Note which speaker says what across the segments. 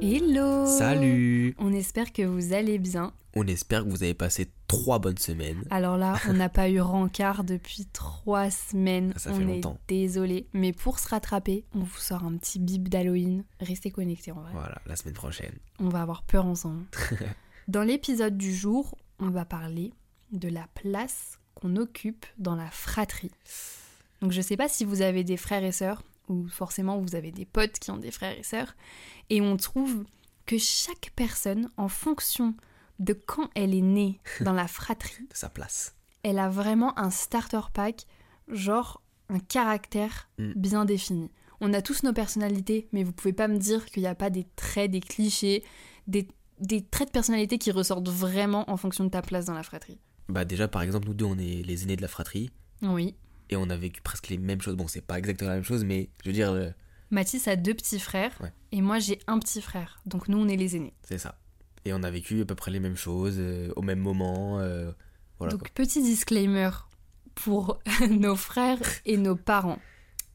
Speaker 1: Hello
Speaker 2: Salut
Speaker 1: On espère que vous allez bien.
Speaker 2: On espère que vous avez passé trois bonnes semaines.
Speaker 1: Alors là, on n'a pas eu rencard depuis trois semaines.
Speaker 2: Ça
Speaker 1: on
Speaker 2: fait
Speaker 1: est
Speaker 2: longtemps.
Speaker 1: Désolé. Mais pour se rattraper, on vous sort un petit bip d'Halloween. Restez connectés en vrai.
Speaker 2: Voilà, la semaine prochaine.
Speaker 1: On va avoir peur ensemble. dans l'épisode du jour, on va parler de la place qu'on occupe dans la fratrie. Donc je sais pas si vous avez des frères et sœurs ou forcément vous avez des potes qui ont des frères et sœurs et on trouve que chaque personne en fonction de quand elle est née dans la fratrie,
Speaker 2: De sa place.
Speaker 1: elle a vraiment un starter pack, genre un caractère
Speaker 2: Mm.
Speaker 1: bien défini. On a tous nos personnalités, mais vous pouvez pas me dire qu'il n'y a pas des traits, des clichés, des, des traits de personnalité qui ressortent vraiment en fonction de ta place dans la fratrie.
Speaker 2: Bah déjà, par exemple, nous deux, on est les aînés de la fratrie
Speaker 1: Oui.
Speaker 2: et on a vécu presque les mêmes choses. Bon, c'est pas exactement la même chose, mais je veux dire, euh,
Speaker 1: Mathis a deux petits frères
Speaker 2: Ouais.
Speaker 1: et moi j'ai un petit frère, donc nous on est les aînés.
Speaker 2: c'est ça. Et on a vécu à peu près les mêmes choses, euh, au même moment. euh, voilà.
Speaker 1: Donc petit disclaimer pour nos frères et nos parents.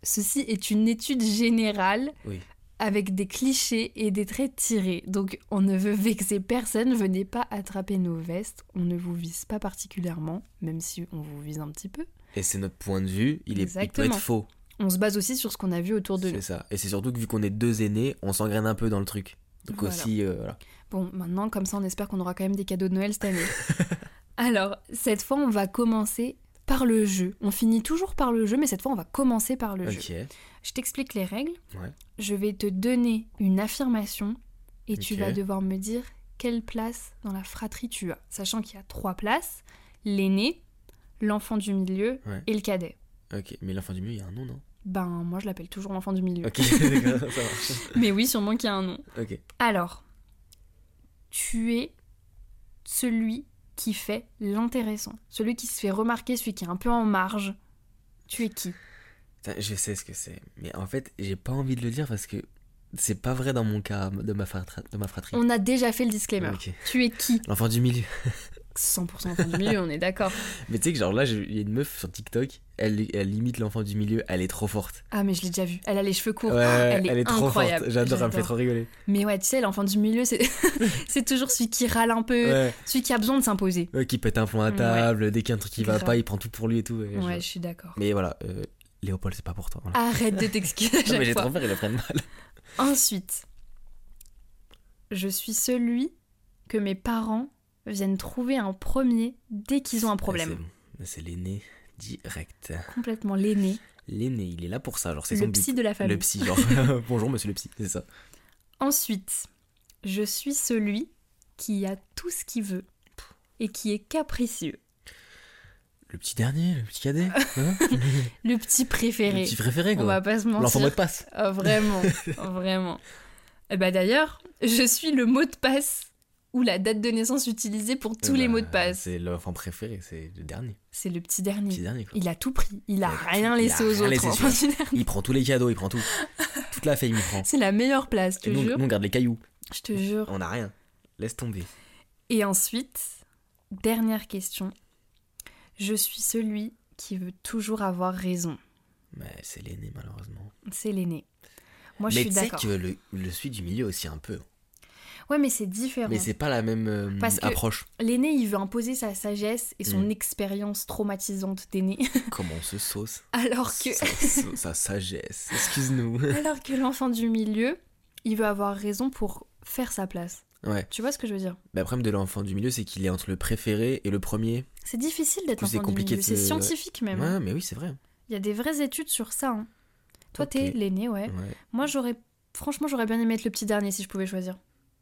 Speaker 1: Ceci est une étude générale
Speaker 2: Oui.
Speaker 1: avec des clichés et des traits tirés. Donc on ne veut vexer personne, venez pas attraper nos vestes, on ne vous vise pas particulièrement, même si on vous vise un petit peu.
Speaker 2: quoi. Et c'est notre point de vue, il, est, il peut
Speaker 1: Exactement.
Speaker 2: être faux.
Speaker 1: On se base aussi sur ce qu'on a vu autour de nous.
Speaker 2: C'est ça. Et c'est surtout que vu qu'on est deux aînés, on s'engraine un peu dans le truc. Donc
Speaker 1: Voilà.
Speaker 2: aussi, euh, voilà.
Speaker 1: Bon, maintenant, comme ça, on espère qu'on aura quand même des cadeaux de Noël cette année. Alors, cette fois, on va commencer par le jeu. On finit toujours par le jeu, mais cette fois, on va commencer par le jeu.
Speaker 2: Ok.
Speaker 1: Je t'explique les règles.
Speaker 2: Ouais.
Speaker 1: Je vais te donner une affirmation et tu
Speaker 2: Ok.
Speaker 1: vas devoir me dire quelle place dans la fratrie tu as. Sachant qu'il y a trois places l'aîné, l'enfant du milieu
Speaker 2: Ouais.
Speaker 1: et le cadet.
Speaker 2: Ok. Mais l'enfant du milieu, il y a un nom, non
Speaker 1: Ben, moi, je l'appelle toujours l'enfant du milieu.
Speaker 2: Ok, d'accord, ça marche.
Speaker 1: Mais oui, sûrement qu'il y a un nom.
Speaker 2: Ok.
Speaker 1: Alors, tu es celui qui fait l'intéressant, celui qui se fait remarquer, celui qui est un peu en marge. Tu es qui
Speaker 2: Putain, je sais ce que c'est, mais en fait, j'ai pas envie de le dire parce que c'est pas vrai dans mon cas de ma, fratra- de ma fratrie.
Speaker 1: On a déjà fait le disclaimer.
Speaker 2: Ok.
Speaker 1: Tu es qui
Speaker 2: L'enfant du milieu.
Speaker 1: 100% enfant du milieu, on est d'accord.
Speaker 2: Mais tu sais que genre là, j'ai- il y a une meuf sur TikTok, elle, elle imite l'enfant du milieu, elle est trop forte.
Speaker 1: Ah mais je l'ai déjà vu. Elle a les cheveux courts.
Speaker 2: ouais,
Speaker 1: Ah, elle, est
Speaker 2: trop
Speaker 1: incroyable.
Speaker 2: forte. J'adore, elle me fait trop rigoler.
Speaker 1: Mais ouais, tu sais, l'enfant du milieu, c'est c'est toujours celui qui râle un peu,
Speaker 2: Ouais,
Speaker 1: celui qui a besoin de s'imposer.
Speaker 2: ouais, qui pète un plomb à
Speaker 1: Euh. Ouais.
Speaker 2: table, dès qu'il y a un truc qui va
Speaker 1: Grave.
Speaker 2: pas, il prend tout pour lui et tout. et je-
Speaker 1: Ouais, je suis d'accord.
Speaker 2: Mais voilà, euh, Léopold, c'est pas pour toi. voilà.
Speaker 1: Arrête de t'excuser. à
Speaker 2: Non, mais
Speaker 1: chaque
Speaker 2: j'ai
Speaker 1: fois.
Speaker 2: trop peur, il le prenne mal.
Speaker 1: Ensuite, je suis celui que mes parents viennent trouver en premier dès qu'ils ont un
Speaker 2: Ouais,
Speaker 1: problème.
Speaker 2: c'est bon. C'est l'aîné direct.
Speaker 1: Complètement l'aîné,
Speaker 2: L'aîné, il est là pour ça, genre c'est son
Speaker 1: le
Speaker 2: but.
Speaker 1: psy de la famille.
Speaker 2: Le psy, genre bonjour monsieur le psy, c'est ça.
Speaker 1: Ensuite, je suis celui qui a tout ce qu'il veut et qui est capricieux.
Speaker 2: Le petit dernier, le petit cadet, hein
Speaker 1: Le petit préféré.
Speaker 2: le petit préféré
Speaker 1: On
Speaker 2: quoi.
Speaker 1: va pas se
Speaker 2: L'enfant mot
Speaker 1: mentir.
Speaker 2: de passe.
Speaker 1: Ah, vraiment, vraiment. Et bah d'ailleurs, je suis le mot de passe ou la date de naissance utilisée pour tous
Speaker 2: Eh
Speaker 1: les
Speaker 2: ben,
Speaker 1: mots de passe.
Speaker 2: C'est l'enfant préféré, c'est le dernier.
Speaker 1: C'est le petit
Speaker 2: Le
Speaker 1: dernier.
Speaker 2: petit dernier quoi.
Speaker 1: Il a tout pris, il a
Speaker 2: Il
Speaker 1: rien
Speaker 2: a tout- il
Speaker 1: laissé
Speaker 2: a
Speaker 1: aux
Speaker 2: rien
Speaker 1: autres. hein.
Speaker 2: laissé,
Speaker 1: Enfin, tu-
Speaker 2: Il prend tous les cadeaux, il prend tout. Toute la famille prend.
Speaker 1: c'est la meilleure place, je
Speaker 2: Et
Speaker 1: te
Speaker 2: nous,
Speaker 1: jure.
Speaker 2: nous, on garde les cailloux.
Speaker 1: Je te jure.
Speaker 2: On n'a rien. Laisse tomber.
Speaker 1: Et ensuite, dernière question. Je suis celui qui veut toujours avoir raison.
Speaker 2: Mais c'est l'aîné malheureusement.
Speaker 1: C'est l'aîné. Moi, je
Speaker 2: mais
Speaker 1: suis
Speaker 2: tu sais
Speaker 1: d'accord.
Speaker 2: que le, le celui du milieu aussi un peu.
Speaker 1: Ouais, mais c'est différent.
Speaker 2: Mais c'est pas la même euh,
Speaker 1: Parce que-
Speaker 2: approche.
Speaker 1: L'aîné, il veut imposer sa sagesse et son
Speaker 2: Mm.
Speaker 1: expérience traumatisante d'aîné.
Speaker 2: Comment on se sauce
Speaker 1: Alors que,
Speaker 2: sa, sa- sa sagesse, excuse-nous.
Speaker 1: alors que l'enfant du milieu, il veut avoir raison pour faire sa place.
Speaker 2: Ouais.
Speaker 1: Tu vois ce que je veux dire
Speaker 2: Le problème de l'enfant du milieu, c'est qu'il est entre le préféré et le premier.
Speaker 1: C'est difficile d'être
Speaker 2: Plus c'est
Speaker 1: l'enfant du
Speaker 2: compliqué
Speaker 1: milieu.
Speaker 2: de
Speaker 1: C'est
Speaker 2: se-
Speaker 1: scientifique même. hein.
Speaker 2: Ouais, mais oui, c'est vrai.
Speaker 1: Il y a des vraies études sur ça. hein. Toi,
Speaker 2: Ok.
Speaker 1: t'es l'aîné, ouais.
Speaker 2: Ouais.
Speaker 1: Moi, j'aurais. Franchement, j'aurais bien aimé être le petit dernier si je pouvais choisir.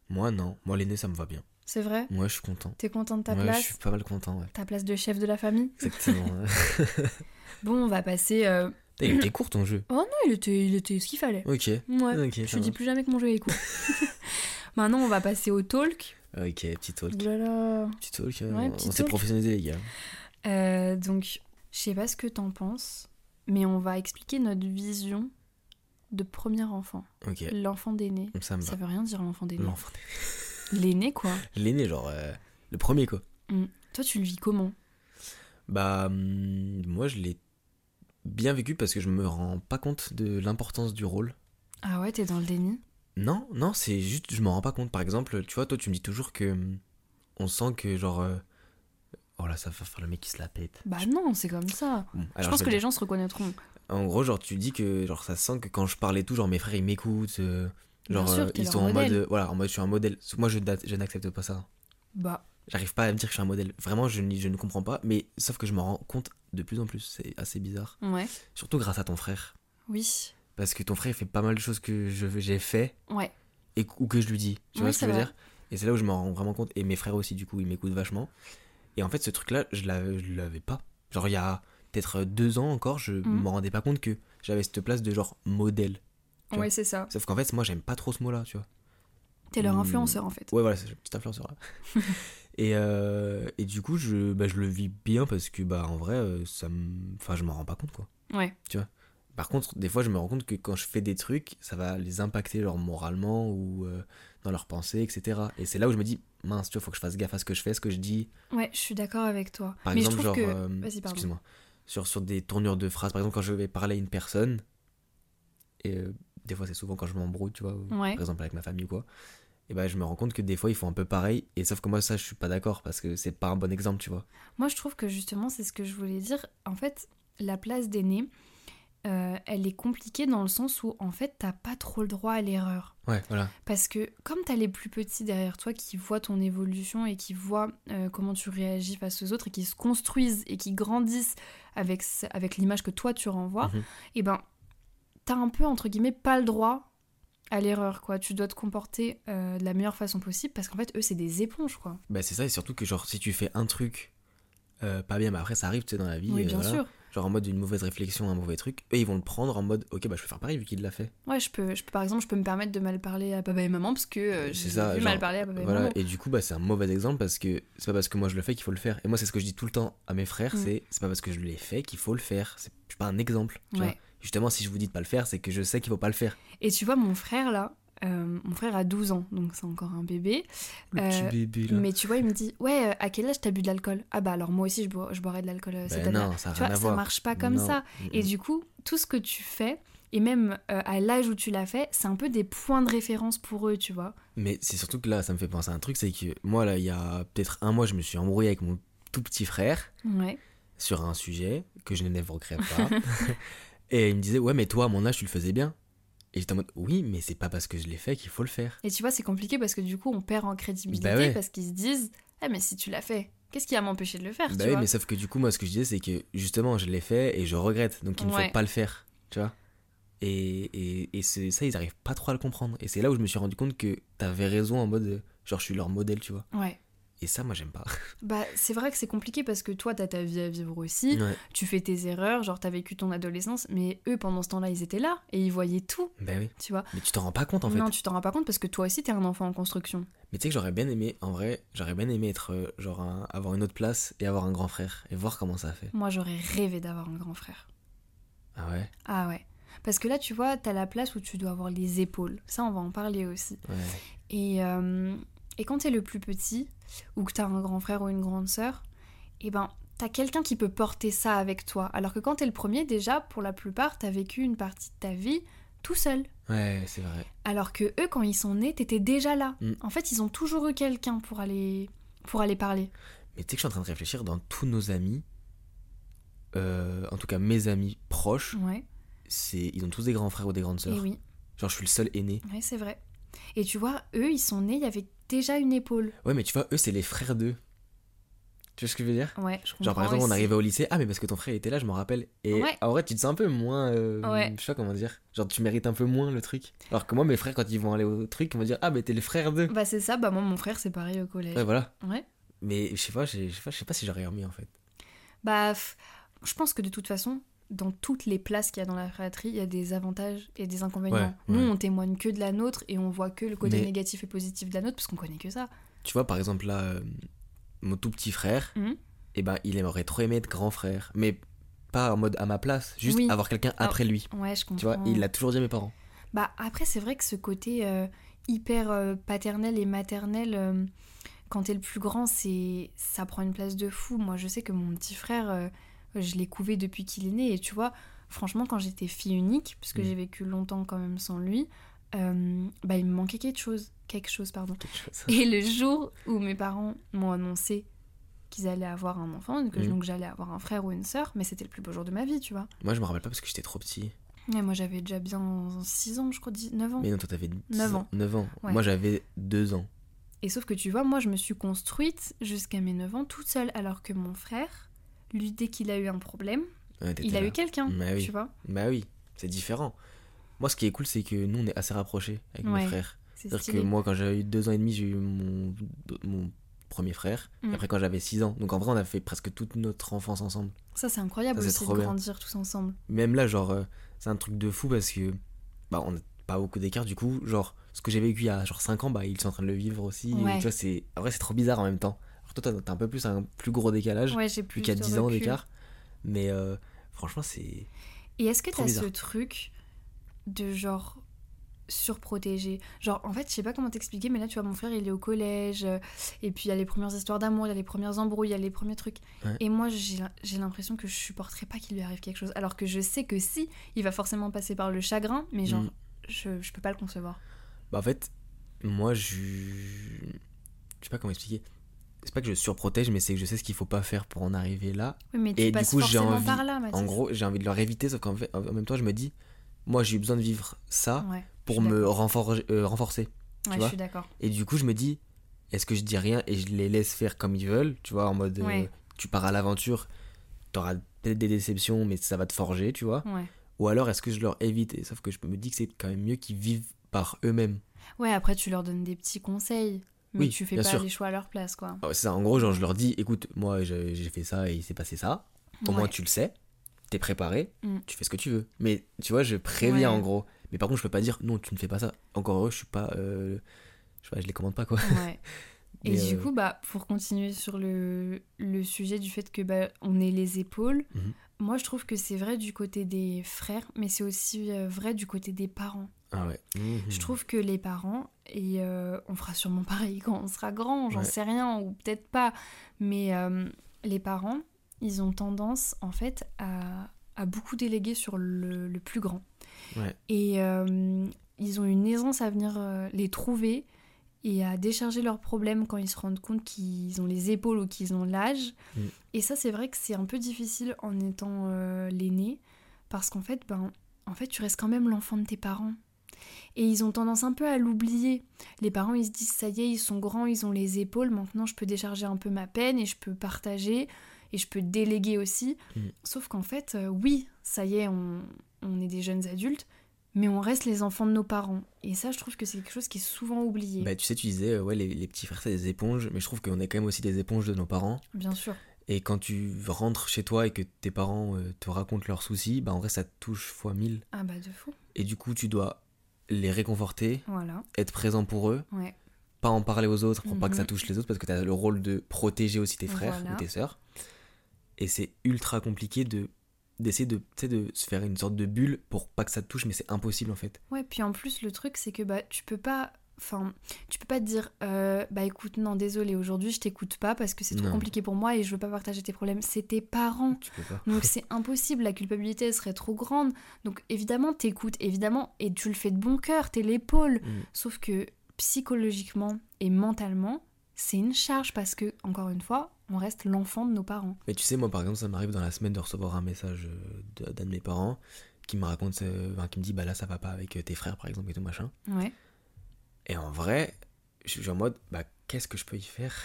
Speaker 2: Moi, non. Moi, l'aîné, ça me va bien.
Speaker 1: C'est vrai
Speaker 2: Moi, je suis content.
Speaker 1: T'es content de ta
Speaker 2: Ouais,
Speaker 1: place
Speaker 2: je suis pas mal content, ouais.
Speaker 1: Ta place de chef de la famille
Speaker 2: Exactement.
Speaker 1: Bon, on va passer. euh,
Speaker 2: T'as- Il était court ton jeu.
Speaker 1: Oh non, il était, il était ce qu'il fallait.
Speaker 2: Ok.
Speaker 1: Ouais.
Speaker 2: ok.
Speaker 1: je
Speaker 2: ça
Speaker 1: dis plus jamais que mon jeu est court. Maintenant, on va passer au talk.
Speaker 2: va. Ok, petit talk.
Speaker 1: Oh là là.
Speaker 2: Petit talk. euh,
Speaker 1: Ouais,
Speaker 2: on-
Speaker 1: petit
Speaker 2: on s'est
Speaker 1: talk.
Speaker 2: professionnalisé, les gars.
Speaker 1: Euh, donc, je sais pas ce que t'en penses, mais on va expliquer notre vision de premier enfant.
Speaker 2: Ok.
Speaker 1: L'enfant d'aîné.
Speaker 2: Ça me va.
Speaker 1: Ça veut rien dire l'enfant d'aîné.
Speaker 2: L'enfant.
Speaker 1: L'aîné, quoi.
Speaker 2: L'aîné, genre, euh, le premier, quoi.
Speaker 1: Mm. Toi, tu le vis comment
Speaker 2: Bah, hum, moi, je l'ai bien vécu parce que je me rends pas compte de l'importance du rôle.
Speaker 1: Ah ouais, t'es dans le déni
Speaker 2: Non, non, c'est juste, je m'en rends pas compte. Par exemple, tu vois, toi, tu me dis toujours que. hum, On sent que, genre. euh, oh là, ça va faire le mec qui se la pète.
Speaker 1: Bah non, c'est comme ça.
Speaker 2: Bon,
Speaker 1: je
Speaker 2: alors,
Speaker 1: pense
Speaker 2: je
Speaker 1: que
Speaker 2: vais
Speaker 1: les gens se reconnaîtront.
Speaker 2: En gros, genre, tu dis que genre ça sent que quand je parle et tout, genre mes frères ils m'écoutent. euh,
Speaker 1: Bien
Speaker 2: genre,
Speaker 1: sûr,
Speaker 2: euh,
Speaker 1: t'es
Speaker 2: ils
Speaker 1: leur
Speaker 2: sont en mode.
Speaker 1: modèle.
Speaker 2: euh, voilà, en mode je suis un modèle. Moi, je, date- je n'accepte pas ça.
Speaker 1: Bah,
Speaker 2: J'arrive pas à me dire que je suis un modèle. Vraiment, je, n'y- je ne comprends pas. Mais sauf que je m'en rends compte de plus en plus. C'est assez bizarre.
Speaker 1: ouais.
Speaker 2: Surtout grâce à ton frère.
Speaker 1: Oui.
Speaker 2: Parce que ton frère il fait pas mal de choses que je- j'ai fait
Speaker 1: Ouais.
Speaker 2: et, ou que je lui dis. Tu
Speaker 1: Oui,
Speaker 2: vois ce que
Speaker 1: c'est
Speaker 2: je veux
Speaker 1: vrai.
Speaker 2: dire Et c'est là où je m'en rends vraiment compte. Et mes frères aussi, du coup, ils m'écoutent vachement. Et en fait, ce truc-là, je l'avais je l'avais pas. Genre, il y a peut-être deux ans encore, je
Speaker 1: Mhm.
Speaker 2: m'en rendais pas compte que j'avais cette place de genre modèle. Tu vois.
Speaker 1: Ouais, c'est ça.
Speaker 2: Sauf qu'en fait, moi, j'aime pas trop ce mot-là, tu vois.
Speaker 1: T'es leur
Speaker 2: Hmm.
Speaker 1: influenceur en fait.
Speaker 2: Ouais, voilà, c'est un petit influenceur là. et, euh, et du coup, je, bah, je le vis bien parce que, bah, en vrai, euh, ça me. Enfin, je m'en rends pas compte, quoi.
Speaker 1: Ouais.
Speaker 2: Par contre, des fois, je me rends compte que quand je fais des trucs, ça va les impacter, genre moralement ou euh, dans leurs pensées, etc. Et c'est là où je me dis, mince, tu vois, faut que je fasse gaffe à ce que je fais, ce que je dis.
Speaker 1: Ouais, je suis d'accord avec toi.
Speaker 2: Par
Speaker 1: Mais
Speaker 2: exemple,
Speaker 1: je trouve
Speaker 2: genre.
Speaker 1: que.
Speaker 2: euh,
Speaker 1: Vas-y, pardon.
Speaker 2: Excuse-moi. Sur, sur des tournures de phrases. Par exemple, quand je vais parler à une personne, et euh, des fois, c'est souvent quand je m'embrouille, tu vois, ou-
Speaker 1: Ouais.
Speaker 2: par exemple avec ma famille ou quoi, et ben je me rends compte que des fois, ils font un peu pareil. Et sauf que moi, ça, je suis pas d'accord parce que c'est pas un bon exemple, tu vois.
Speaker 1: Moi, je trouve que justement, c'est ce que je voulais dire. En fait, la place d'aîné, euh, elle est compliquée dans le sens où, en fait, t'as pas trop le droit à l'erreur.
Speaker 2: Ouais, voilà.
Speaker 1: Parce que comme t'as les plus petits derrière toi qui voient ton évolution et qui voient euh, comment tu réagis face aux autres et qui se construisent et qui grandissent avec, ce- avec l'image que toi tu renvoies,
Speaker 2: Mhm.
Speaker 1: et ben t'as un peu entre guillemets pas le droit à l'erreur quoi. Tu dois te comporter euh, de la meilleure façon possible parce qu'en fait eux c'est des éponges quoi.
Speaker 2: Bah, c'est ça, et surtout que, genre, si tu fais un truc euh, pas bien, mais après, ça arrive, tu sais, dans la vie.
Speaker 1: Oui
Speaker 2: euh,
Speaker 1: bien
Speaker 2: voilà.
Speaker 1: sûr.
Speaker 2: Genre en mode une mauvaise réflexion, un mauvais truc, eux ils vont le prendre en mode ok bah je vais faire pareil vu qu'il l'a fait.
Speaker 1: Ouais je peux, je peux par exemple je peux me permettre de mal parler à papa et maman parce que euh,
Speaker 2: C'est
Speaker 1: j'ai
Speaker 2: ça,
Speaker 1: vu
Speaker 2: genre,
Speaker 1: mal parler à papa et
Speaker 2: Voilà,
Speaker 1: maman.
Speaker 2: et du coup, bah, c'est un mauvais exemple parce que c'est pas parce que moi je le fais qu'il faut le faire. Et moi, c'est ce que je dis tout le temps à mes frères
Speaker 1: Mm.
Speaker 2: c'est c'est pas parce que je l'ai fait qu'il faut le faire. C'est je suis pas un exemple. tu
Speaker 1: Ouais.
Speaker 2: vois. Justement, si je vous dis de pas le faire, c'est que je sais qu'il faut pas le faire.
Speaker 1: Et tu vois mon frère là, euh, mon frère a 12 ans donc c'est encore un bébé.
Speaker 2: Le
Speaker 1: Euh,
Speaker 2: petit bébé là.
Speaker 1: Mais tu vois, il me dit Ouais, euh, à quel âge t'as bu de l'alcool Ah bah alors moi aussi, je, bois- je boirais de l'alcool euh, cette
Speaker 2: Bah
Speaker 1: année.
Speaker 2: non, ça a
Speaker 1: Tu
Speaker 2: rien
Speaker 1: vois,
Speaker 2: à
Speaker 1: ça
Speaker 2: voir.
Speaker 1: marche pas comme
Speaker 2: Non.
Speaker 1: ça. Et
Speaker 2: Mm,
Speaker 1: du coup, tout ce que tu fais, et même euh, à l'âge où tu l'as fait, c'est un peu des points de référence pour eux, tu vois.
Speaker 2: Mais c'est surtout que là, ça me fait penser à un truc c'est que moi, là, il y a peut-être un mois, je me suis embrouillé avec mon tout petit frère
Speaker 1: Ouais.
Speaker 2: sur un sujet que je n'évoquerai pas. et il me disait ouais, mais toi, à mon âge, tu le faisais bien. Et j'étais en mode oui, mais c'est pas parce que je l'ai fait qu'il faut le faire.
Speaker 1: Et tu vois, c'est compliqué parce que du coup, on perd en crédibilité
Speaker 2: Bah ouais.
Speaker 1: parce qu'ils se disent Ah, mais si tu l'as fait, qu'est-ce qui va m'empêcher de le faire,
Speaker 2: Bah
Speaker 1: tu
Speaker 2: oui,
Speaker 1: vois
Speaker 2: mais sauf que du coup, moi, ce que je disais, c'est que justement, je l'ai fait et je regrette. Donc, il ne
Speaker 1: Ouais.
Speaker 2: faut pas le faire, tu vois. Et, et, et c'est- ça, ils arrivent pas trop à le comprendre. Et c'est là où je me suis rendu compte que t'avais raison en mode, euh, genre, je suis leur modèle, tu vois.
Speaker 1: Ouais.
Speaker 2: Et ça, moi, j'aime pas.
Speaker 1: Bah, c'est vrai que c'est compliqué parce que toi, t'as ta vie à vivre aussi,
Speaker 2: Ouais.
Speaker 1: tu fais tes erreurs, genre t'as vécu ton adolescence, mais eux, pendant ce temps-là, ils étaient là et ils voyaient tout,
Speaker 2: Bah oui.
Speaker 1: tu vois.
Speaker 2: Mais tu t'en rends pas compte, en fait.
Speaker 1: Non, tu t'en rends pas compte parce que toi aussi, t'es un enfant en construction.
Speaker 2: Mais tu sais que j'aurais bien aimé, en vrai, j'aurais bien aimé être, euh, genre, un- avoir une autre place et avoir un grand frère et voir comment ça fait.
Speaker 1: Moi, j'aurais rêvé d'avoir un grand frère.
Speaker 2: Ah ouais,
Speaker 1: Ah ouais. Parce que là, tu vois, t'as la place où tu dois avoir les épaules. Ça, on va en parler aussi.
Speaker 2: ouais.
Speaker 1: Et, euh, et quand t'es le plus petit, ou que t'as un grand frère ou une grande sœur, eh ben, t'as quelqu'un qui peut porter ça avec toi. Alors que quand t'es le premier, déjà, pour la plupart, t'as vécu une partie de ta vie tout seul.
Speaker 2: Ouais, c'est vrai.
Speaker 1: Alors que eux, quand ils sont nés, t'étais déjà là.
Speaker 2: Mm.
Speaker 1: En fait, ils ont toujours eu quelqu'un pour aller, pour aller parler.
Speaker 2: Mais tu sais que je suis en train de réfléchir dans tous nos amis, euh, en tout cas mes amis proches,
Speaker 1: Ouais.
Speaker 2: c'est ils ont tous des grands frères ou des grandes sœurs.
Speaker 1: Et oui.
Speaker 2: Genre, je suis le seul aîné.
Speaker 1: Oui, c'est vrai. Et tu vois, eux, ils sont nés, il y avait déjà une épaule.
Speaker 2: Ouais, mais tu vois, eux, c'est les frères d'eux. Tu vois ce que je veux dire
Speaker 1: Ouais, je comprends.
Speaker 2: Genre, par exemple,
Speaker 1: et
Speaker 2: on
Speaker 1: c'est-
Speaker 2: arrivait au lycée. Ah, mais parce que ton frère était là, je m'en rappelle. Et
Speaker 1: Ouais.
Speaker 2: en vrai, tu te sens un peu moins. euh,
Speaker 1: Ouais.
Speaker 2: Je sais pas comment dire. Genre, tu mérites un peu moins le truc. Alors que moi, mes frères, quand ils vont aller au truc, ils vont dire Ah, mais t'es le frère d'eux.
Speaker 1: Bah, c'est ça, bah, moi, mon frère, c'est pareil au collège.
Speaker 2: Ouais, voilà.
Speaker 1: Ouais.
Speaker 2: Mais je sais pas, je sais pas, je sais pas si j'aurais remis en fait.
Speaker 1: Bah, pff, je pense que de toute façon, dans toutes les places qu'il y a dans la fratrie, il y a des avantages et des inconvénients.
Speaker 2: Ouais, ouais.
Speaker 1: Nous, on témoigne que de la nôtre et on voit que le côté
Speaker 2: Mais-
Speaker 1: négatif et positif de la nôtre parce qu'on connaît que ça.
Speaker 2: Tu vois, par exemple, là, euh, mon tout petit frère,
Speaker 1: Mhm.
Speaker 2: eh ben, il aimerait trop aimé être grand frère. Mais pas en mode à ma place, juste
Speaker 1: Oui.
Speaker 2: avoir quelqu'un
Speaker 1: Ah,
Speaker 2: après lui.
Speaker 1: Ouais, je comprends.
Speaker 2: Tu vois, il l'a toujours dit à mes parents.
Speaker 1: Bah, après, c'est vrai que ce côté euh, hyper euh, paternel et maternel, euh, quand t'es le plus grand, c'est ça prend une place de fou. Moi, je sais que mon petit frère, euh, je l'ai couvé depuis qu'il est né. Et tu vois, franchement, quand j'étais fille unique, puisque
Speaker 2: Mm.
Speaker 1: j'ai vécu longtemps quand même sans lui, euh, bah, il me manquait quelque chose. Quelque chose, pardon.
Speaker 2: quelque chose.
Speaker 1: Et le jour où mes parents m'ont annoncé qu'ils allaient avoir un enfant, que
Speaker 2: Mm.
Speaker 1: donc j'allais avoir un frère ou une sœur, mais c'était le plus beau jour de ma vie, tu vois.
Speaker 2: Moi, je me rappelle pas parce que j'étais trop petit.
Speaker 1: Et moi, j'avais déjà bien 6 ans, je crois, 9 ans.
Speaker 2: Mais non, toi, t'avais 9
Speaker 1: ans.
Speaker 2: 9 ans.
Speaker 1: Ouais.
Speaker 2: Moi, j'avais 2 ans.
Speaker 1: Et sauf que tu vois, moi, je me suis construite jusqu'à mes 9 ans toute seule, alors que mon frère, lui, dès qu'il a eu un problème,
Speaker 2: Ouais, t'étais
Speaker 1: il a
Speaker 2: là.
Speaker 1: eu quelqu'un,
Speaker 2: Bah oui.
Speaker 1: tu vois.
Speaker 2: Bah oui, c'est différent. Moi, ce qui est cool, c'est que nous, on est assez rapprochés avec
Speaker 1: Ouais.
Speaker 2: mes frères.
Speaker 1: C'est
Speaker 2: C'est-à-dire que
Speaker 1: stylé.
Speaker 2: moi, quand j'avais eu 2 ans et demi, j'ai eu mon, mon premier frère.
Speaker 1: Mm.
Speaker 2: Et après, quand j'avais 6 ans. Donc, en vrai, on a fait presque toute notre enfance ensemble.
Speaker 1: Ça, c'est incroyable
Speaker 2: Ça, c'est
Speaker 1: aussi de
Speaker 2: trop bien.
Speaker 1: grandir tous ensemble.
Speaker 2: Même là, genre, euh, c'est un truc de fou parce que, bah, on n'a pas beaucoup d'écart. Du coup, genre, ce que j'ai vécu il y a genre 5 ans, bah, ils sont en train de le vivre aussi.
Speaker 1: Ouais.
Speaker 2: Et tu vois, c'est. En vrai, c'est trop bizarre en même temps. Alors, toi, t'as- t'as un peu plus un plus gros décalage.
Speaker 1: Ouais, j'ai plus
Speaker 2: plus qu'à
Speaker 1: de
Speaker 2: 10 ans
Speaker 1: recul.
Speaker 2: d'écart. Mais euh, franchement, c'est.
Speaker 1: Et est-ce que
Speaker 2: Trop
Speaker 1: t'as ce
Speaker 2: bizarre.
Speaker 1: truc de genre surprotégé Genre, en fait, je sais pas comment t'expliquer, mais là, tu vois, mon frère, il est au collège, euh, et puis il y a les premières histoires d'amour, il y a les premières embrouilles, il y a les premiers trucs.
Speaker 2: Ouais.
Speaker 1: Et moi, j'ai l'im- j'ai l'impression que je supporterais pas qu'il lui arrive quelque chose, alors que je sais que si, il va forcément passer par le chagrin, mais genre,
Speaker 2: Mm.
Speaker 1: je, je peux pas le concevoir.
Speaker 2: Bah, en fait, moi, je. Je sais pas comment expliquer. C'est pas que je surprotège, mais c'est que je sais ce qu'il faut pas faire pour en arriver là.
Speaker 1: Oui, mais tu
Speaker 2: Et du
Speaker 1: passes
Speaker 2: coup, j'ai
Speaker 1: forcément
Speaker 2: envie-
Speaker 1: par là, Mathis.
Speaker 2: En gros, j'ai envie de leur éviter, sauf qu'en fait- en même temps, je me dis, moi, j'ai eu besoin de vivre ça
Speaker 1: Ouais,
Speaker 2: pour me renfor- euh, renforcer.
Speaker 1: ouais, je
Speaker 2: vois
Speaker 1: suis d'accord.
Speaker 2: Et du coup, je me dis, est-ce que je dis rien et je les laisse faire comme ils veulent Tu vois, en mode, euh,
Speaker 1: Ouais.
Speaker 2: tu pars à l'aventure, t'auras peut-être des déceptions, mais ça va te forger, tu vois.
Speaker 1: Ouais.
Speaker 2: Ou alors, est-ce que je leur évite Et Sauf que je me dis que c'est quand même mieux qu'ils vivent par eux-mêmes.
Speaker 1: ouais, après, tu leur donnes des petits conseils, mais
Speaker 2: Oui,
Speaker 1: tu fais pas
Speaker 2: bien sûr.
Speaker 1: les choix à leur place, quoi.
Speaker 2: Ah ouais, C'est ça, en gros, genre, je leur dis, écoute, moi, je- j'ai fait ça et il s'est passé ça. Au moins,
Speaker 1: Ouais.
Speaker 2: tu le sais, t'es préparé,
Speaker 1: Mm.
Speaker 2: tu fais ce que tu veux. Mais tu vois, je préviens
Speaker 1: Ouais.
Speaker 2: en gros. Mais par contre, je peux pas dire, non, tu ne fais pas ça. Encore heureux, je suis pas. euh, je sais pas, je les commande pas, quoi.
Speaker 1: Ouais. Et
Speaker 2: Mais,
Speaker 1: du
Speaker 2: euh,
Speaker 1: coup, bah, pour continuer sur le, le sujet du fait que bah, on ait les épaules,
Speaker 2: Mhm.
Speaker 1: moi je trouve que c'est vrai du côté des frères, mais c'est aussi euh, vrai du côté des parents.
Speaker 2: Ah ouais.
Speaker 1: Je trouve que les parents, et euh, on fera sûrement pareil quand on sera grand, j'en
Speaker 2: Ouais.
Speaker 1: sais rien, ou peut-être pas, mais euh, les parents, ils ont tendance en fait à, à beaucoup déléguer sur le, le plus grand.
Speaker 2: Ouais.
Speaker 1: Et euh, ils ont une aisance à venir euh, les trouver et à décharger leurs problèmes quand ils se rendent compte qu'ils ont les épaules ou qu'ils ont l'âge.
Speaker 2: Mm.
Speaker 1: Et ça, c'est vrai que c'est un peu difficile en étant euh, l'aîné, parce qu'en fait, ben, en fait, tu restes quand même l'enfant de tes parents. Et ils ont tendance un peu à l'oublier. Les parents, ils se disent, ça y est, ils sont grands, ils ont les épaules, maintenant je peux décharger un peu ma peine et je peux partager et je peux déléguer aussi.
Speaker 2: Mm.
Speaker 1: Sauf qu'en fait, euh, oui, ça y est, on, on est des jeunes adultes, mais on reste les enfants de nos parents. Et ça, je trouve que c'est quelque chose qui est souvent oublié.
Speaker 2: Bah, tu sais, tu disais, euh, ouais, les, les petits frères, c'est des éponges, mais je trouve qu'on est quand même aussi des éponges de nos parents.
Speaker 1: Bien sûr.
Speaker 2: Et quand tu rentres chez toi et que tes parents euh, te racontent leurs soucis, bah, en vrai, ça te touche fois mille.
Speaker 1: Ah bah de fou.
Speaker 2: Et du coup, tu dois les réconforter,
Speaker 1: Voilà.
Speaker 2: être présent pour eux,
Speaker 1: Ouais.
Speaker 2: pas en parler aux autres pour pas que ça
Speaker 1: Mhm.
Speaker 2: touche les autres, parce que tu as le rôle de protéger aussi tes frères
Speaker 1: Voilà.
Speaker 2: ou tes sœurs. Et c'est ultra compliqué de d'essayer de, tu sais, de se faire une sorte de bulle pour pas que ça te touche, mais c'est impossible en fait.
Speaker 1: Ouais, puis en plus, le truc, c'est que bah, tu peux pas. Enfin, tu peux pas te dire, euh, bah écoute, non, désolé, aujourd'hui je t'écoute pas parce que c'est trop
Speaker 2: Non.
Speaker 1: compliqué pour moi et je veux pas partager tes problèmes. C'est tes parents.
Speaker 2: Tu peux pas.
Speaker 1: Donc c'est impossible, la culpabilité elle serait trop grande. Donc évidemment, t'écoutes, évidemment, et tu le fais de bon cœur, t'es l'épaule.
Speaker 2: Mm.
Speaker 1: Sauf que psychologiquement et mentalement, c'est une charge parce que, encore une fois, on reste l'enfant de nos parents.
Speaker 2: Mais tu sais, moi par exemple, ça m'arrive dans la semaine de recevoir un message euh, de- d'un de mes parents qui me raconte, euh, enfin, qui me dit bah là ça va pas avec euh, tes frères par exemple et tout machin.
Speaker 1: Ouais.
Speaker 2: Et en vrai, je suis en mode bah qu'est-ce que je peux y faire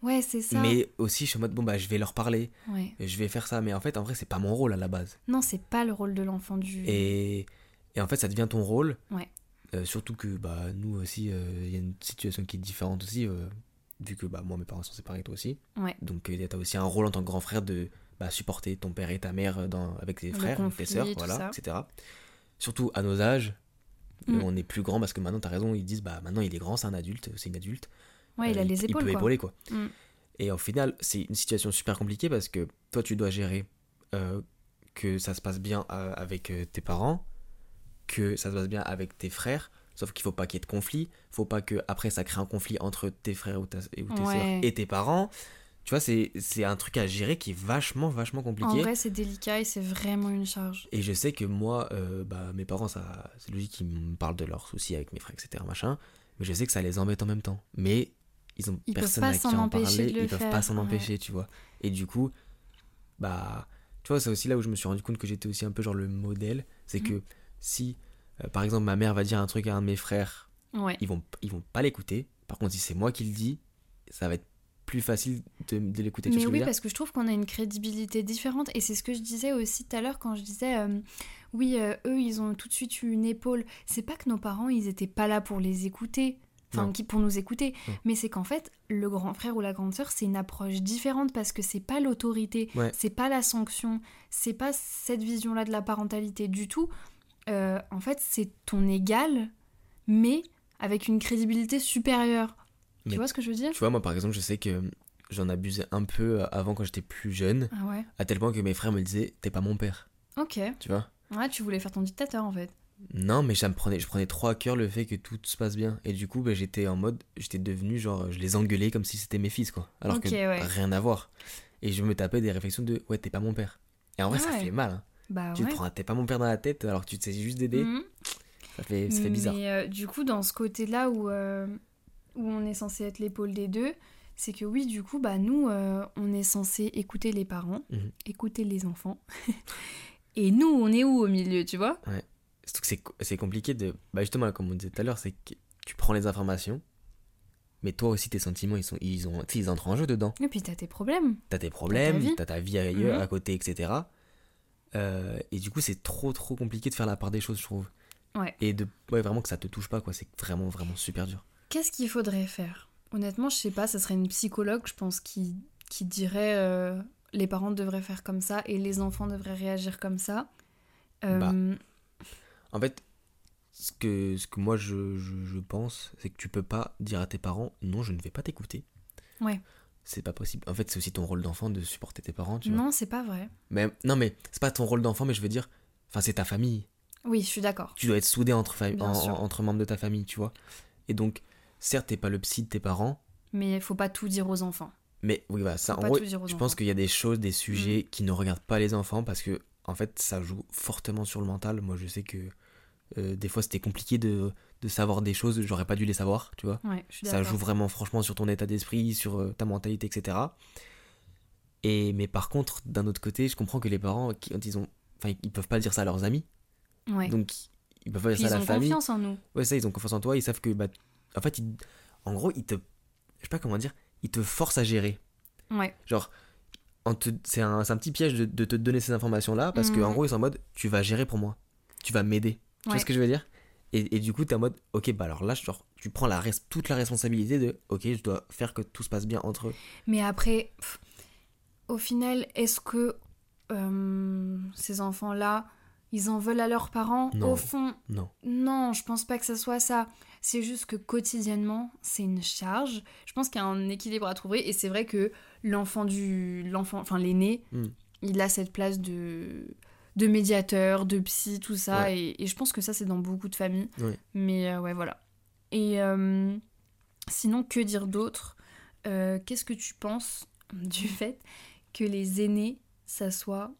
Speaker 1: Ouais, c'est ça.
Speaker 2: Mais aussi je suis en mode bon bah je vais leur parler,
Speaker 1: Ouais.
Speaker 2: je vais faire ça, mais en fait en vrai c'est pas mon rôle à la base.
Speaker 1: Non, c'est pas le rôle de l'enfant du.
Speaker 2: Et, et en fait ça devient ton rôle.
Speaker 1: Ouais.
Speaker 2: Euh, surtout que bah nous aussi il y a une situation qui est différente aussi euh, vu que bah moi mes parents sont séparés toi aussi.
Speaker 1: Ouais.
Speaker 2: Donc euh, t'as aussi un rôle en tant que grand frère de bah, supporter ton père et ta mère euh, dans, avec tes
Speaker 1: Le
Speaker 2: frères, avec tes
Speaker 1: conflit,
Speaker 2: sœurs,
Speaker 1: tout
Speaker 2: voilà,
Speaker 1: ça.
Speaker 2: etc. Surtout à nos âges, euh,
Speaker 1: Mm.
Speaker 2: on est plus grand parce que maintenant t'as raison, ils disent bah maintenant il est grand, c'est un adulte, c'est une adulte.
Speaker 1: Ouais, il
Speaker 2: Euh,
Speaker 1: a les épaules
Speaker 2: peut
Speaker 1: quoi.
Speaker 2: épauler, quoi.
Speaker 1: Mm.
Speaker 2: Et au final, c'est une situation super compliquée parce que toi, tu dois gérer euh, que ça se passe bien euh, avec euh, tes parents, que ça se passe bien avec tes frères. Sauf qu'il faut pas qu'il y ait de conflit. Faut pas que après ça crée un conflit entre tes frères ou, ta- et- ou tes
Speaker 1: Ouais.
Speaker 2: sœurs et tes parents. Tu vois, c'est c'est un truc à gérer qui est vachement, vachement
Speaker 1: En
Speaker 2: compliqué.
Speaker 1: vrai, c'est délicat et c'est vraiment une charge.
Speaker 2: Et je sais que moi, euh, bah, mes parents, ça, c'est logique qu'ils me parlent de leurs soucis avec mes frères, etc. Machin, mais je sais que ça les embête en même temps. Mais ils ont
Speaker 1: Ils peuvent
Speaker 2: personne
Speaker 1: pas
Speaker 2: avec qui
Speaker 1: s'en
Speaker 2: en
Speaker 1: empêcher
Speaker 2: parler,
Speaker 1: de le
Speaker 2: ils peuvent pas
Speaker 1: faire,
Speaker 2: s'en
Speaker 1: ouais.
Speaker 2: empêcher, tu vois. Et du coup, bah, tu vois, c'est aussi là où je me suis rendu compte que j'étais aussi un peu genre le modèle. C'est
Speaker 1: Mhm.
Speaker 2: que si, euh, par exemple, ma mère va dire un truc à un de mes frères,
Speaker 1: Ouais.
Speaker 2: ils vont, ils vont pas l'écouter. Par contre, si c'est moi qui le dis, ça va être plus facile de, de l'écouter.
Speaker 1: Mais
Speaker 2: tu vois ce que je veux
Speaker 1: oui,
Speaker 2: dire
Speaker 1: parce que je trouve qu'on a une crédibilité différente. Et c'est ce que je disais aussi tout à l'heure quand je disais, euh, oui, euh, eux, ils ont tout de suite eu une épaule. C'est pas que nos parents, ils étaient pas là pour les écouter. Enfin,
Speaker 2: Non.
Speaker 1: qui, pour nous écouter.
Speaker 2: Non.
Speaker 1: Mais c'est qu'en fait, le grand frère ou la grande sœur, c'est une approche différente parce que c'est pas l'autorité,
Speaker 2: Ouais.
Speaker 1: c'est pas la sanction, c'est pas cette vision-là de la parentalité du tout. Euh, en fait, c'est ton égal, mais avec une crédibilité supérieure.
Speaker 2: Mais-
Speaker 1: Tu vois ce que je veux dire
Speaker 2: Tu vois, moi par exemple, je sais que j'en abusais un peu avant quand j'étais plus jeune,
Speaker 1: Ah ouais.
Speaker 2: à tel point que mes frères me disaient T'es pas mon père,
Speaker 1: Ok.
Speaker 2: tu vois.
Speaker 1: Ouais, tu voulais faire ton dictateur en fait.
Speaker 2: Non, mais ça me prenait, je prenais trop à cœur le fait que tout se passe bien. Et du coup, bah, j'étais en mode, j'étais devenu genre, je les engueulais comme si c'était mes fils, quoi. Alors
Speaker 1: Ok,
Speaker 2: que
Speaker 1: ouais.
Speaker 2: rien à voir. Et je me tapais des réflexions de Ouais, t'es pas mon père. Et en vrai,
Speaker 1: Ah
Speaker 2: ça
Speaker 1: ouais.
Speaker 2: fait mal. hein.
Speaker 1: Bah
Speaker 2: Tu
Speaker 1: ouais.
Speaker 2: te prends un T'es pas mon père dans la tête alors que tu te sais juste d'aider.
Speaker 1: Mhm.
Speaker 2: Ça, fait, ça fait bizarre.
Speaker 1: Mais euh, du coup, dans ce côté-là où, euh, où on est censé être l'épaule des deux, c'est que oui, du coup, bah nous, euh, on est censé écouter les parents,
Speaker 2: Mhm.
Speaker 1: écouter les enfants. Et nous, on est où au milieu, tu vois
Speaker 2: Surtout que c'est co- c'est compliqué de. Bah justement, comme on disait tout à l'heure, c'est que tu prends les informations, mais toi aussi tes sentiments, ils, sont, ils, ont, tu sais, ils entrent en jeu dedans.
Speaker 1: Et puis t'as tes problèmes.
Speaker 2: T'as tes problèmes,
Speaker 1: vie.
Speaker 2: t'as ta, vie ailleurs,
Speaker 1: Mhm.
Speaker 2: à côté, etc. Euh, et du coup, c'est trop, trop compliqué de faire la part des choses, je trouve.
Speaker 1: Ouais.
Speaker 2: Et de, ouais, vraiment que ça te touche pas, quoi. C'est vraiment, vraiment super dur.
Speaker 1: Qu'est-ce qu'il faudrait faire Honnêtement, je sais pas, ça serait une psychologue, je pense, qui, qui dirait euh, les parents devraient faire comme ça et les enfants devraient réagir comme ça. Euh,
Speaker 2: Bah, En fait, ce que, ce que moi je, je- je pense, c'est que tu peux pas dire à tes parents non, je ne vais pas t'écouter.
Speaker 1: Ouais.
Speaker 2: C'est pas possible. En fait, c'est aussi ton rôle d'enfant de supporter tes parents, tu vois.
Speaker 1: non, c'est pas vrai.
Speaker 2: Mais, non, mais c'est pas ton rôle d'enfant, mais je veux dire, enfin, c'est ta famille.
Speaker 1: Oui, je suis d'accord.
Speaker 2: Tu dois être soudé entre, fami-
Speaker 1: Bien
Speaker 2: en-
Speaker 1: sûr.
Speaker 2: en- entre membres de ta famille, tu vois. Et donc, certes, t'es pas le psy de tes parents,
Speaker 1: Mais il faut pas tout dire aux enfants.
Speaker 2: mais oui, voilà, ça,
Speaker 1: Faut
Speaker 2: en
Speaker 1: pas
Speaker 2: gros,
Speaker 1: tout dire aux
Speaker 2: je
Speaker 1: enfants. Mm.
Speaker 2: pense qu'il y a des choses, des sujets qui ne regardent pas les enfants parce que, en fait, ça joue fortement sur le mental. Moi, je sais que euh, des fois, c'était compliqué de, de savoir des choses, j'aurais pas dû les savoir, tu vois.
Speaker 1: Ouais, je suis
Speaker 2: Ça
Speaker 1: d'accord.
Speaker 2: joue vraiment franchement sur ton état d'esprit, sur euh, ta mentalité, etc. Et mais par contre, d'un autre côté, je comprends que les parents, qui- quand ils ont, enfin, ils peuvent pas dire ça à leurs amis,
Speaker 1: Ouais.
Speaker 2: donc ils peuvent pas dire
Speaker 1: Puis
Speaker 2: ça
Speaker 1: ils
Speaker 2: à
Speaker 1: ont
Speaker 2: la famille.
Speaker 1: confiance en nous.
Speaker 2: Ouais, ça, ils ont confiance en toi, ils savent que, bah, en fait, ils- en gros, ils te, je sais pas comment dire, ils te forcent à gérer.
Speaker 1: Ouais.
Speaker 2: Genre, en te- c'est un, c'est un petit piège de, de te donner ces informations-là, parce que
Speaker 1: Mhm.
Speaker 2: en gros, ils sont en mode, tu vas gérer pour moi, tu vas m'aider. Tu vois
Speaker 1: Ouais.
Speaker 2: ce que je veux dire et, et du coup, t'es en mode, ok, bah alors là, genre, tu prends la res- toute la responsabilité de, ok, je dois faire que tout se passe bien entre eux.
Speaker 1: Mais après, pff, au final, est-ce que euh, ces enfants-là, ils en veulent à leurs parents
Speaker 2: Non.
Speaker 1: Au fond,
Speaker 2: Non.
Speaker 1: non, je pense pas que ça soit ça. C'est juste que quotidiennement, c'est une charge. Je pense qu'il y a un équilibre à trouver et c'est vrai que l'enfant du l'enfant enfin l'aîné,
Speaker 2: Mm.
Speaker 1: il a cette place de de médiateur, de psy, tout ça et, et je pense que ça c'est dans beaucoup de familles.
Speaker 2: Ouais.
Speaker 1: Mais euh, ouais, voilà. Et euh, sinon que dire d'autre Euh, qu'est-ce que tu penses du fait que les aînés, ça soit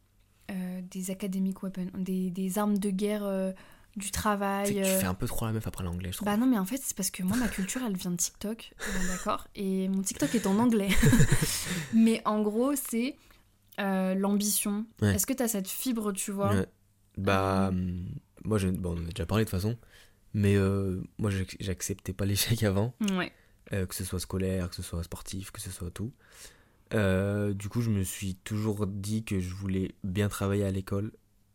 Speaker 1: euh, des academic weapons, des, des armes de guerre euh, du
Speaker 2: Tu
Speaker 1: travail.
Speaker 2: sais que tu
Speaker 1: euh,
Speaker 2: fais un peu trop la meuf après l'anglais, je trouve.
Speaker 1: Bah non, mais en fait, c'est parce que moi, ma culture, elle vient de TikTok, bon, d'accord Et mon TikTok est en anglais. mais en gros, c'est euh, l'ambition.
Speaker 2: Ouais.
Speaker 1: Est-ce que t'as cette fibre, tu vois
Speaker 2: Ouais.
Speaker 1: Ah
Speaker 2: Bah, hum, moi, je, bon, on en a déjà parlé de toute façon, mais euh, moi, j'ac- j'acceptais pas l'échec avant.
Speaker 1: Ouais.
Speaker 2: euh, que ce soit scolaire, que ce soit sportif, que ce soit tout. Euh, du coup, je me suis toujours dit que je voulais bien travailler à l'école.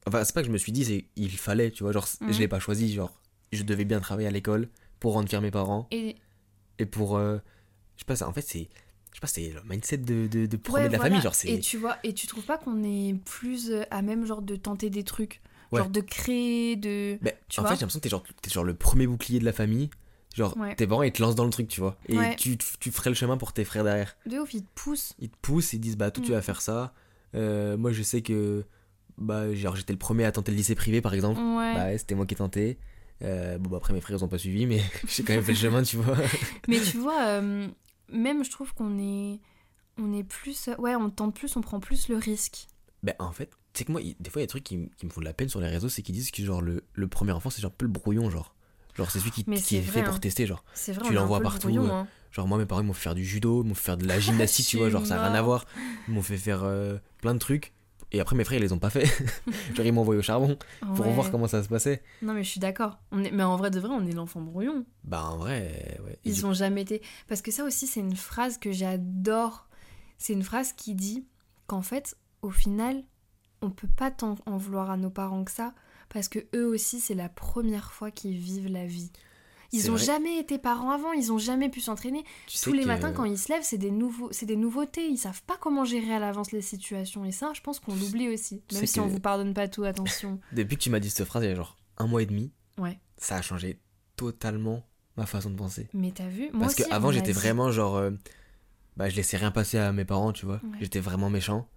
Speaker 2: Enfin, c'est pas que je me suis dit, c'est il fallait, tu vois, genre c-
Speaker 1: Mhm.
Speaker 2: je l'ai pas choisi, genre je devais bien travailler à l'école pour rendre fier mes parents
Speaker 1: Et
Speaker 2: et pour euh, je sais pas, ça- en fait c'est je sais pas, c'est le mindset de de, de premier
Speaker 1: Ouais,
Speaker 2: de la
Speaker 1: voilà.
Speaker 2: famille, genre c'est
Speaker 1: Et tu vois, et tu trouves pas qu'on est plus euh, à même genre de tenter des trucs,
Speaker 2: Ouais.
Speaker 1: genre de créer, de
Speaker 2: Ben,
Speaker 1: tu
Speaker 2: en
Speaker 1: vois.
Speaker 2: fait, j'ai l'impression que t'es genre, t'es genre le premier bouclier de la famille. Genre,
Speaker 1: Ouais.
Speaker 2: tes parents, ils te lancent dans le truc, tu vois. Et
Speaker 1: Ouais.
Speaker 2: tu, tu ferais le chemin pour tes frères derrière.
Speaker 1: de ouf, ils te poussent.
Speaker 2: ils te poussent, ils disent bah toi tu
Speaker 1: Mm.
Speaker 2: vas faire ça. Euh, moi je sais que bah genre j'étais le premier à tenter le lycée privé par exemple.
Speaker 1: Ouais.
Speaker 2: Bah ouais, c'était moi qui tentais. Euh, bon bah après mes frères ils ont pas suivi mais j'ai quand même fait le chemin tu vois.
Speaker 1: Mais tu vois, euh, même je trouve qu'on est On est plus. Ouais, on tente plus, on prend plus le risque.
Speaker 2: Ben, en fait, c'est que moi, il- des fois, il y a des trucs qui, m- qui me font de la peine sur les réseaux, c'est qu'ils disent que genre le, le premier enfant, c'est genre un peu le brouillon, genre. Genre, c'est celui qui,
Speaker 1: Mais
Speaker 2: qui
Speaker 1: c'est
Speaker 2: est fait
Speaker 1: vrai,
Speaker 2: pour
Speaker 1: hein.
Speaker 2: tester, genre.
Speaker 1: C'est vrai,
Speaker 2: Tu
Speaker 1: on est un
Speaker 2: l'envoies
Speaker 1: peu le
Speaker 2: partout,
Speaker 1: brouillon,
Speaker 2: euh,
Speaker 1: hein.
Speaker 2: Genre, moi, mes parents ils m'ont fait faire du judo, ils m'ont fait faire de
Speaker 1: Ah,
Speaker 2: la gymnastique, tu vois,
Speaker 1: suis
Speaker 2: genre, ça n'a rien à
Speaker 1: morte.
Speaker 2: voir. Ils m'ont fait faire euh, plein de trucs. Et après, mes frères, ils les ont pas fait. genre, ils m'ont envoyé au charbon pour
Speaker 1: Ouais.
Speaker 2: voir comment ça se passait.
Speaker 1: Non, mais je suis d'accord. On est... Mais en vrai de vrai, on est l'enfant brouillon.
Speaker 2: Bah, en vrai, ouais. Et du
Speaker 1: Ils ont jamais été. Parce que ça aussi, c'est une phrase que j'adore. C'est une phrase qui dit qu'en fait, au final, on peut pas tant en vouloir à nos parents que ça, parce que eux aussi, c'est la première fois qu'ils vivent la vie.
Speaker 2: C'est
Speaker 1: Ils ont
Speaker 2: vrai.
Speaker 1: jamais été parents avant, ils ont jamais pu s'entraîner.
Speaker 2: tu sais
Speaker 1: Tous les
Speaker 2: que-
Speaker 1: matins, quand ils se lèvent, c'est des nouveaux, c'est des nouveautés. Ils savent pas comment gérer à l'avance les situations, et ça, je pense qu'on l'oublie aussi.
Speaker 2: Tu
Speaker 1: Même
Speaker 2: sais
Speaker 1: si
Speaker 2: que-
Speaker 1: on vous pardonne pas tout, attention.
Speaker 2: Depuis que tu m'as dit cette phrase, il y a genre un mois et demi,
Speaker 1: Ouais.
Speaker 2: ça a changé totalement ma façon de penser.
Speaker 1: Mais t'as vu, moi
Speaker 2: Parce
Speaker 1: aussi, on
Speaker 2: qu'avant,
Speaker 1: m'a
Speaker 2: j'étais
Speaker 1: dit-
Speaker 2: vraiment genre. euh, bah, je laissais rien passer à mes parents, tu vois.
Speaker 1: Ouais.
Speaker 2: J'étais vraiment méchant.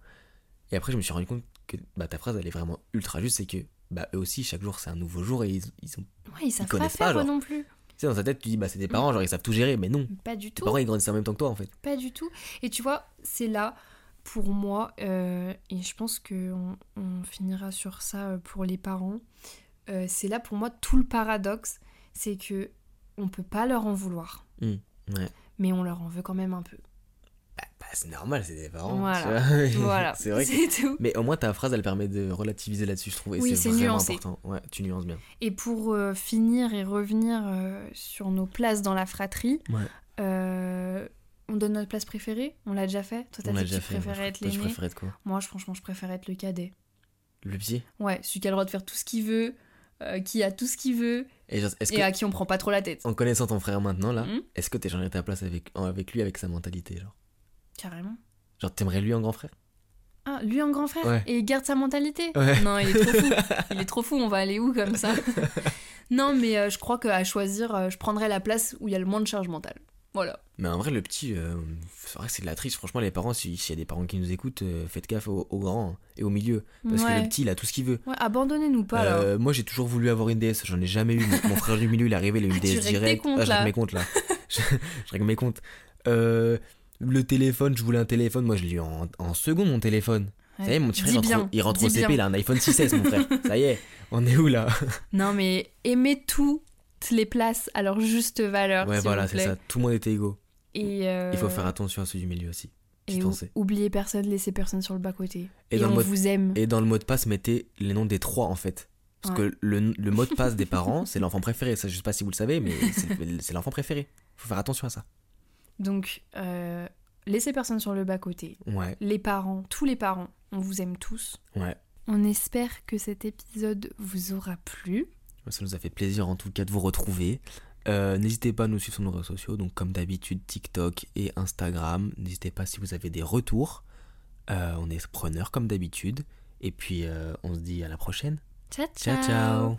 Speaker 2: Et après, je me suis rendu compte que bah, ta phrase, elle est vraiment ultra juste. C'est que bah, eux aussi, chaque jour, c'est un nouveau jour et ils, ils ont.
Speaker 1: Ouais, ils savent pas
Speaker 2: connaissent pas,
Speaker 1: faire eux
Speaker 2: genre.
Speaker 1: non plus.
Speaker 2: Tu sais, dans ta tête, tu dis, bah, c'est des parents, genre, ils savent tout gérer. Mais non,
Speaker 1: Pas du Mm. tout.
Speaker 2: tes parents, ils grandissent Bah, en même temps que toi, en fait.
Speaker 1: Pas du tout. Et tu vois, c'est là pour moi, euh, et je pense qu'on on finira sur ça euh, pour les parents. euh, c'est là pour moi tout le paradoxe, c'est que on peut pas leur en vouloir.
Speaker 2: Mm, ouais.
Speaker 1: Mais on leur en veut quand même un peu.
Speaker 2: Bah, c'est normal, c'est des parents.
Speaker 1: Voilà.
Speaker 2: tu vois.
Speaker 1: Voilà.
Speaker 2: c'est vrai que.
Speaker 1: tout.
Speaker 2: Mais au moins, ta phrase, elle permet de relativiser là-dessus, je trouve. Et
Speaker 1: Oui,
Speaker 2: c'est
Speaker 1: c'est
Speaker 2: vraiment
Speaker 1: nuancé.
Speaker 2: important. Ouais, tu nuances bien.
Speaker 1: Et pour euh, finir et revenir euh, sur nos places dans la fratrie,
Speaker 2: Ouais.
Speaker 1: euh, on donne notre place préférée. On l'a déjà fait. Toi, t'as
Speaker 2: On l'a
Speaker 1: dit que
Speaker 2: déjà
Speaker 1: tu
Speaker 2: fait. moi, je
Speaker 1: préférais être
Speaker 2: crois- toi, Je
Speaker 1: l'aîné.
Speaker 2: préférais être quoi
Speaker 1: Moi, je, franchement, je préfère être le cadet.
Speaker 2: Le petit
Speaker 1: Ouais, celui qui a le droit de faire tout ce qu'il veut, euh, qui a tout ce qu'il veut,
Speaker 2: Et genre, est-ce
Speaker 1: et
Speaker 2: que,
Speaker 1: à qui on prend pas trop la tête.
Speaker 2: en connaissant ton frère maintenant, là,
Speaker 1: Mhm.
Speaker 2: est-ce que t'échangerais ta place avec, en- avec lui, avec sa mentalité, genre
Speaker 1: Carrément.
Speaker 2: Genre, t'aimerais lui en grand frère
Speaker 1: Ah, lui en grand frère
Speaker 2: Ouais.
Speaker 1: et il garde sa mentalité.
Speaker 2: Ouais.
Speaker 1: Non, il est trop fou. Il est trop fou, on va aller où comme ça Non, mais euh, je crois qu'à choisir, euh, je prendrais la place où il y a le moins de charge mentale. Voilà.
Speaker 2: Mais en vrai, le petit, euh, c'est vrai que c'est de la triche. Franchement, les parents, si- s'il y a des parents qui nous écoutent, euh, faites gaffe au, au grand et au milieu. Parce que
Speaker 1: ouais.
Speaker 2: le petit, il a tout ce qu'il veut.
Speaker 1: Ouais, abandonnez-nous pas là.
Speaker 2: Euh, moi, j'ai toujours voulu avoir une DS, j'en ai jamais eu. Mon, mon frère du milieu, il est arrivé, il a eu une
Speaker 1: Ah, tu
Speaker 2: DS
Speaker 1: règles tes
Speaker 2: direct.
Speaker 1: comptes,
Speaker 2: ah, je
Speaker 1: là.
Speaker 2: règle mes comptes là. je, je règle mes comptes. Euh, le téléphone, je voulais un téléphone. Moi, je l'ai eu en, en seconde, mon téléphone. Ça y est, mon petit frère,
Speaker 1: Dis
Speaker 2: il rentre,
Speaker 1: bien,
Speaker 2: au- il rentre au
Speaker 1: dis
Speaker 2: CP,
Speaker 1: bien.
Speaker 2: il a un iPhone 6S, mon frère. Ça y est, on est où là
Speaker 1: Non, mais aimez toutes les places à leur juste valeur.
Speaker 2: Ouais,
Speaker 1: s'il
Speaker 2: voilà,
Speaker 1: vous
Speaker 2: c'est
Speaker 1: plaît.
Speaker 2: ça. Tout le monde était égaux.
Speaker 1: Et, euh,
Speaker 2: Il faut faire attention à ceux du milieu aussi.
Speaker 1: et
Speaker 2: Petite
Speaker 1: ou-
Speaker 2: pensée.
Speaker 1: oubliez personne, laissez personne sur le bas-côté.
Speaker 2: Et,
Speaker 1: Et,
Speaker 2: dans
Speaker 1: on
Speaker 2: le mot de...
Speaker 1: vous aime.
Speaker 2: et dans le mot de passe, mettez les noms des trois en fait. Parce
Speaker 1: Ouais.
Speaker 2: que le, le mot de passe des parents, c'est l'enfant préféré. Ça, je sais pas si vous le savez, mais c'est c'est l'enfant préféré. Faut faire attention à ça.
Speaker 1: Donc, euh, laissez personne sur le bas-côté.
Speaker 2: Ouais,
Speaker 1: les parents, tous les parents, on vous aime tous.
Speaker 2: ouais.
Speaker 1: On espère que cet épisode vous aura plu.
Speaker 2: Ça nous a fait plaisir en tout cas de vous retrouver. Euh, N'hésitez pas à nous suivre sur nos réseaux sociaux, donc comme d'habitude TikTok et Instagram. N'hésitez pas si vous avez des retours. Euh, on est preneurs comme d'habitude. Et puis euh, on se dit à la prochaine.
Speaker 1: Ciao
Speaker 2: ciao. ciao.